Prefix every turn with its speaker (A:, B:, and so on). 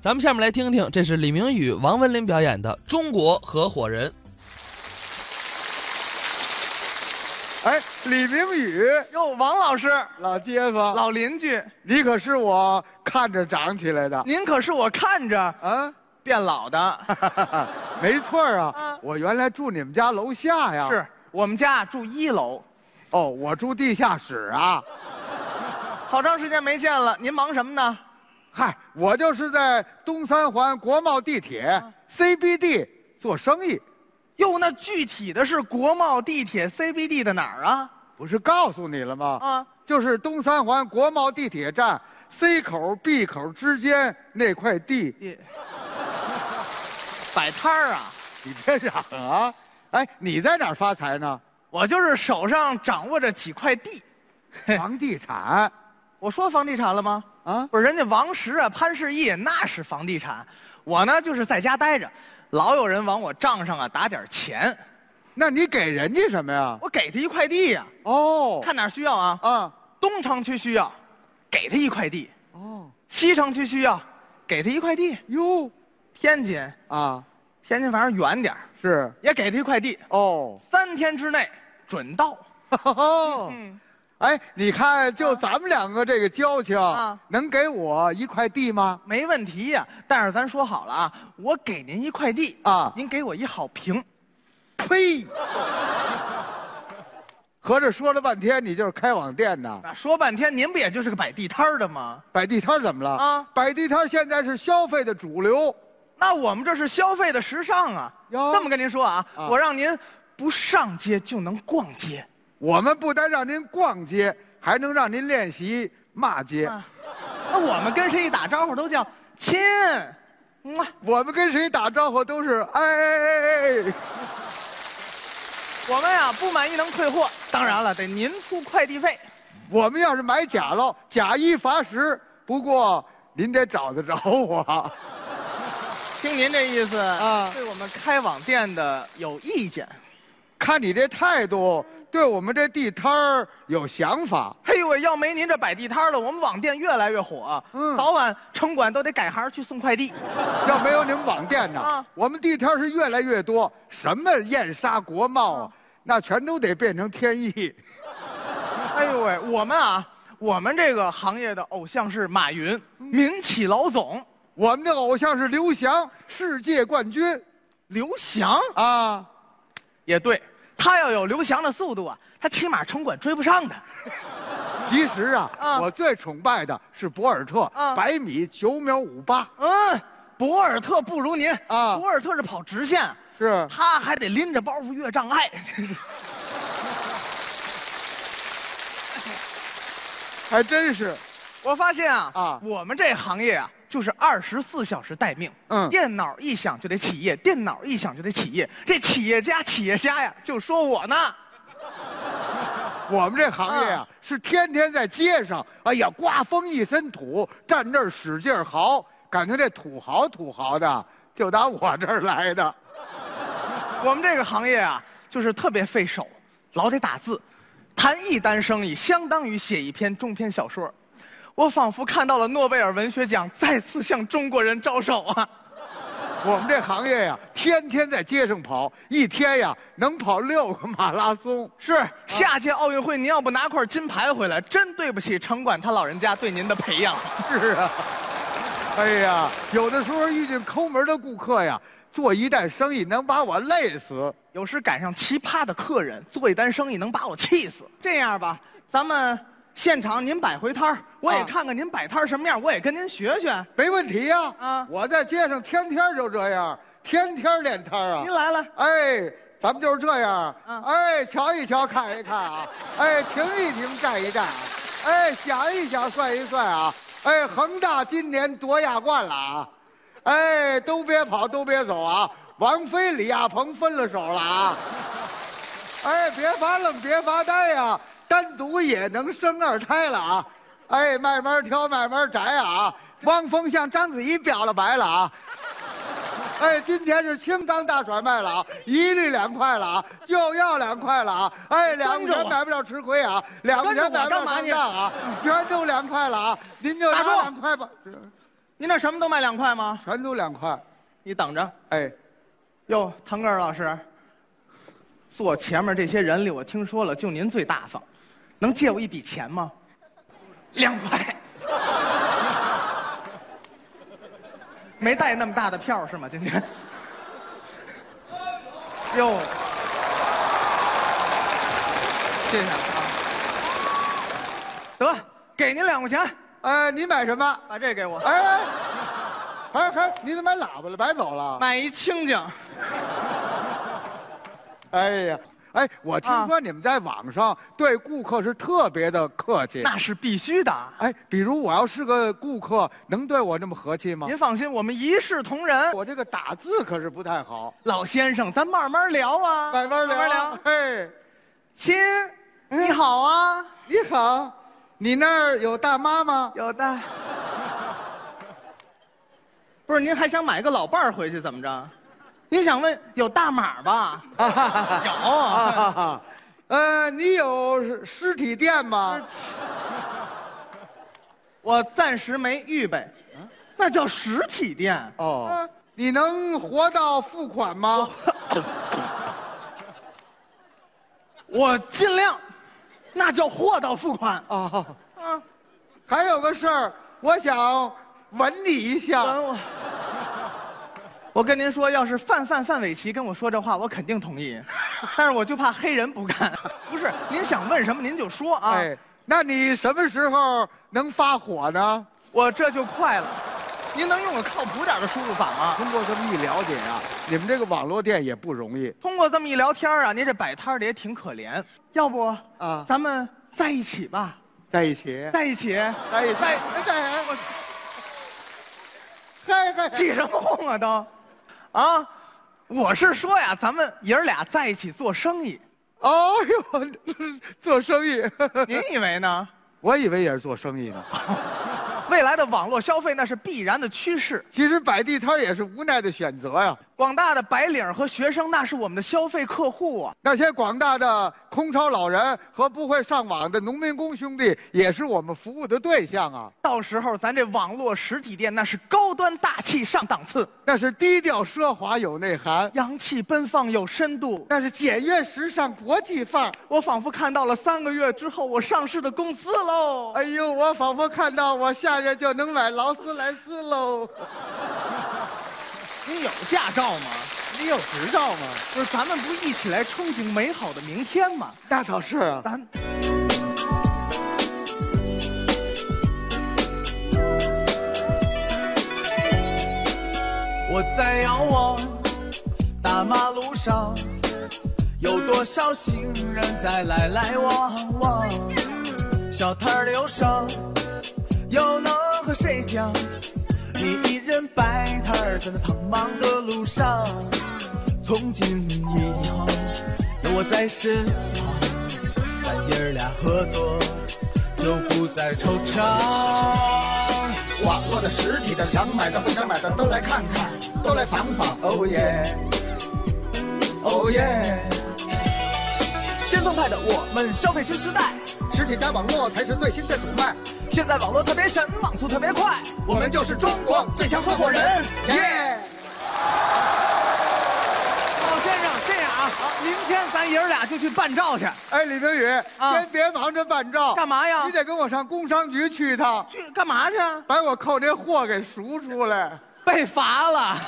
A: 咱们下面来听听，这是李明宇、王文林表演的《中国合伙人》。
B: 哎，李明宇，
C: 哟，王老师，
B: 老街坊，
C: 老邻居，
B: 你可是我看着长起来的
C: 您可是我看着
B: 啊！
C: 变老的，
B: 没错儿啊，
C: 啊
B: 我原来住你们家楼下呀。
C: 是我们家住一楼，
B: 哦，我住地下室啊。
C: 好长时间没见了，您忙什么呢？
B: 嗨，我就是在东三环国贸地铁、CBD
C: 啊
B: 做生意，
C: 哟，那具体的是国贸地铁 CBD 的哪儿啊？
B: 不是告诉你了吗？
C: 啊，
B: 就是东三环国贸地铁站 C 口 B 口之间那块地，
C: 也摆摊儿啊，
B: 你别嚷啊！哎，你在哪儿发财呢？
C: 我就是手上掌握着几块地。
B: 房地产
C: 我说房地产了吗？
B: 啊？
C: 不是，人家王石啊、潘石屹那是房地产，我呢就是在家待着，老有人往我账上啊打点钱，
B: 那你给人家什么呀？
C: 我给他一块地呀、
B: 哦，
C: 看哪儿需要啊？
B: 啊，
C: 东城区需要，给他一块地；
B: 哦，
C: 西城区需要，给他一块地；
B: 哟，
C: 天津，
B: 啊，
C: 天津反正远点儿
B: 是，
C: 也给他一块地，
B: 哦，
C: 三天之内准到。嗯，
B: 哎，你看，就咱们两个这个交情
C: 啊，
B: 能给我一块地吗？
C: 没问题呀、但是咱说好了啊，我给您一块地
B: 啊
C: 您给我一好评。
B: 呸！合着说了半天，你就是开网店的，
C: 那说半天，您不也就是个摆地摊儿的吗？
B: 摆地摊儿怎么了？
C: 啊
B: 摆地摊儿现在是消费的主流。
C: 那我们这是消费的时尚啊！
B: 哟
C: 这么跟您说啊，
B: 啊
C: 我让您不上街就能逛街。
B: 我们不单让您逛街，还能让您练习骂街。
C: 啊，那我们跟谁一打招呼都叫亲，哇，
B: 我们跟谁打招呼都是哎哎哎哎，
C: 我们呀、不满意能退货，当然了，得您出快递费。
B: 我们要是买假喽，假一罚十。不过您得找得着我。
C: 听您这意思
B: 啊
C: 对我们开网店的有意见。
B: 看你这态度，对我们这地摊儿有想法。
C: 嘿呦喂，要没您这摆地摊的，我们网店越来越火，
B: 嗯
C: 早晚城管都得改行去送快递。
B: 要没有你们网店呢，
C: 啊
B: 我们地摊儿是越来越多，什么燕莎、国贸啊，那全都得变成天意。
C: 哎呦喂，我们啊，我们这个行业的偶像是马云，民企老总
B: 我们的偶像是刘翔，世界冠军
C: 刘翔，
B: 啊！
C: 也对，他要有刘翔的速度啊，他起码城管追不上的。
B: 其实啊，
C: 啊
B: 我最崇拜的是博尔特，
C: 啊
B: 百米九秒五八。
C: 嗯，博尔特不如您
B: 啊
C: 博尔特是跑直线，
B: 是
C: 他还得拎着包袱越障碍。
B: 还真是。
C: 我发现啊，
B: 啊
C: 我们这行业啊，就是二十四小时待命。
B: 嗯
C: 电脑一响就得起夜，电脑一响就得起夜。这企业家，企业家呀，就说我呢。
B: 我们这行业啊
C: 啊，
B: 是天天在街上，哎呀，刮风一身土，站那儿使劲儿嚎，感情这土豪土豪的就打我这儿来的。
C: 我们这个行业啊，就是特别费手，老得打字。谈一单生意，相当于写一篇中篇小说。我仿佛看到了诺贝尔文学奖再次向中国人招手啊！
B: 我们这行业呀，天天在街上跑，一天呀能跑六个马拉松。
C: 是下届奥运会，您要不拿块金牌回来，真对不起城管他老人家对您的培养。
B: 是啊，哎呀，有的时候遇见抠门的顾客呀，做一单生意能把我累死。
C: 有时赶上奇葩的客人，做一单生意能把我气死。这样吧，咱们现场您摆回摊儿，我也
B: 啊
C: 看看您摆摊儿什么样，我也跟您学学。
B: 没问题呀、
C: 啊
B: 我在街上天天就这样，天天练摊儿啊。
C: 您来了，
B: 哎，咱们就是这样。
C: 嗯
B: 哎，瞧一瞧，看一看啊。哎，停一停，站一站啊。哎，想一想，算一算啊。哎，恒大今年夺亚冠了啊。哎，都别跑，都别走啊！王菲、李亚鹏分了手了啊！哎，别发愣，别发呆呀、单独也能生二胎了啊！哎，慢慢挑，慢慢摘啊！汪峰向章子怡表了白了啊！哎，今天是清仓大甩卖了啊，一律两块了啊，就要两块了啊！哎，两块
C: 跟着
B: 钱
C: 我
B: 买不了吃亏啊，两块钱买不了上当啊，全都两块了啊！您就拿
C: 打住
B: 两块吧。
C: 您那什么都卖两块吗？
B: 全都两块。
C: 你等着。
B: 哎，
C: 哟，腾格尔老师，坐前面这些人里，我听说了，就您最大方，能借我一笔钱吗？两块。没带那么大的票是吗？今天？哟，谢谢啊。得，给您两块钱，
B: 哎，你买什么？
C: 把这给我，
B: 哎哎，哎还你怎么买喇叭了？白走了？啊
C: 买一清净。
B: 哎呀，哎，我听
C: 啊
B: 说你们在网上对顾客是特别的客气。
C: 那是必须的啊。
B: 哎，比如我要是个顾客，能对我那么和气吗？
C: 您放心，我们一视同仁。
B: 我这个打字可是不太好，
C: 老先生，咱慢慢聊啊，
B: 慢慢聊。嘿，
C: 亲，你好啊，
B: 你好，你那儿有大妈吗？
C: 有的。 不是，您还想买个老伴儿回去怎么着？您想问有大码吧？
B: 啊哈哈哈
C: 有
B: 啊
C: 啊，
B: 哈哈， 呃，你有尸体店吗？
C: 我暂时没预备。那叫实体店
B: 哦
C: 哦。
B: 你能活到付款吗？
C: 我尽量，那叫货到付款
B: 啊，
C: 啊。
B: 还有个事儿，我想吻你一下。
C: 我，我跟您说，要是范范范玮琪跟我说这话，我肯定同意，但是我就怕黑人不干。不是，您想问什么您就说啊，
B: 哎，那你什么时候能发火呢？
C: 我这就快了。您能用个靠谱点的输入法吗？
B: 通过这么一了解啊，你们这个网络店也不容易
C: 通过这么一聊天啊，您这摆摊儿的也挺可怜。要不
B: 啊
C: 咱们在一起吧，
B: 在一起，
C: 在一起，
B: 在一起，
C: 在
B: 哎在我，嘿嘿，
C: 起什么哄啊都？啊，我是说呀，咱们爷儿俩在一起做生意，
B: 哦呦，做生意，
C: 您以为呢？
B: 我以为也是做生意呢。
C: 未来的网络消费那是必然的趋势，
B: 其实摆地摊也是无奈的选择呀、
C: 广大的白领和学生那是我们的消费客户啊。
B: 那些广大的空巢老人和不会上网的农民工兄弟，也是我们服务的对象啊。
C: 到时候咱这网络实体店那是高端大气上档次，
B: 那是低调奢华有内涵，
C: 洋气奔放有深度。
B: 那是简约时尚国际范儿。
C: 我仿佛看到了三个月之后我上市的公司喽。
B: 哎呦，我仿佛看到我下月就能买劳斯莱斯喽。
C: 你有驾照吗？
B: 你有执照吗？
C: 不是，咱们不一起来憧憬美好的明天吗？
B: 那倒是啊。
C: 咱
D: 我在遥望大马路上，有多少行人在来来往
C: 哦
D: 往？小摊儿柳上，又能和谁讲？你一人摆摊儿在那苍茫的路上，从今以后有我在身旁，咱爷儿俩合作就不再惆怅。
E: 网络的、实体的、想买的、不想买的都来看看，都来访访。
D: 哦耶，哦耶！先锋派的我们，消费新时代，
E: 实体加网络才是最新的主脉，
D: 现在网络特别神，网速特别快，我们就是中国最强合伙人。
E: 耶、
C: 老先生这样啊，明天咱爷儿俩就去办照去，
B: 哎，李明宇，先别忙着办照，
C: 啊干嘛呀
B: 你得跟我上工商局去一趟，
C: 去干嘛去啊？
B: 把我扣那货给赎出来。
C: 被罚了。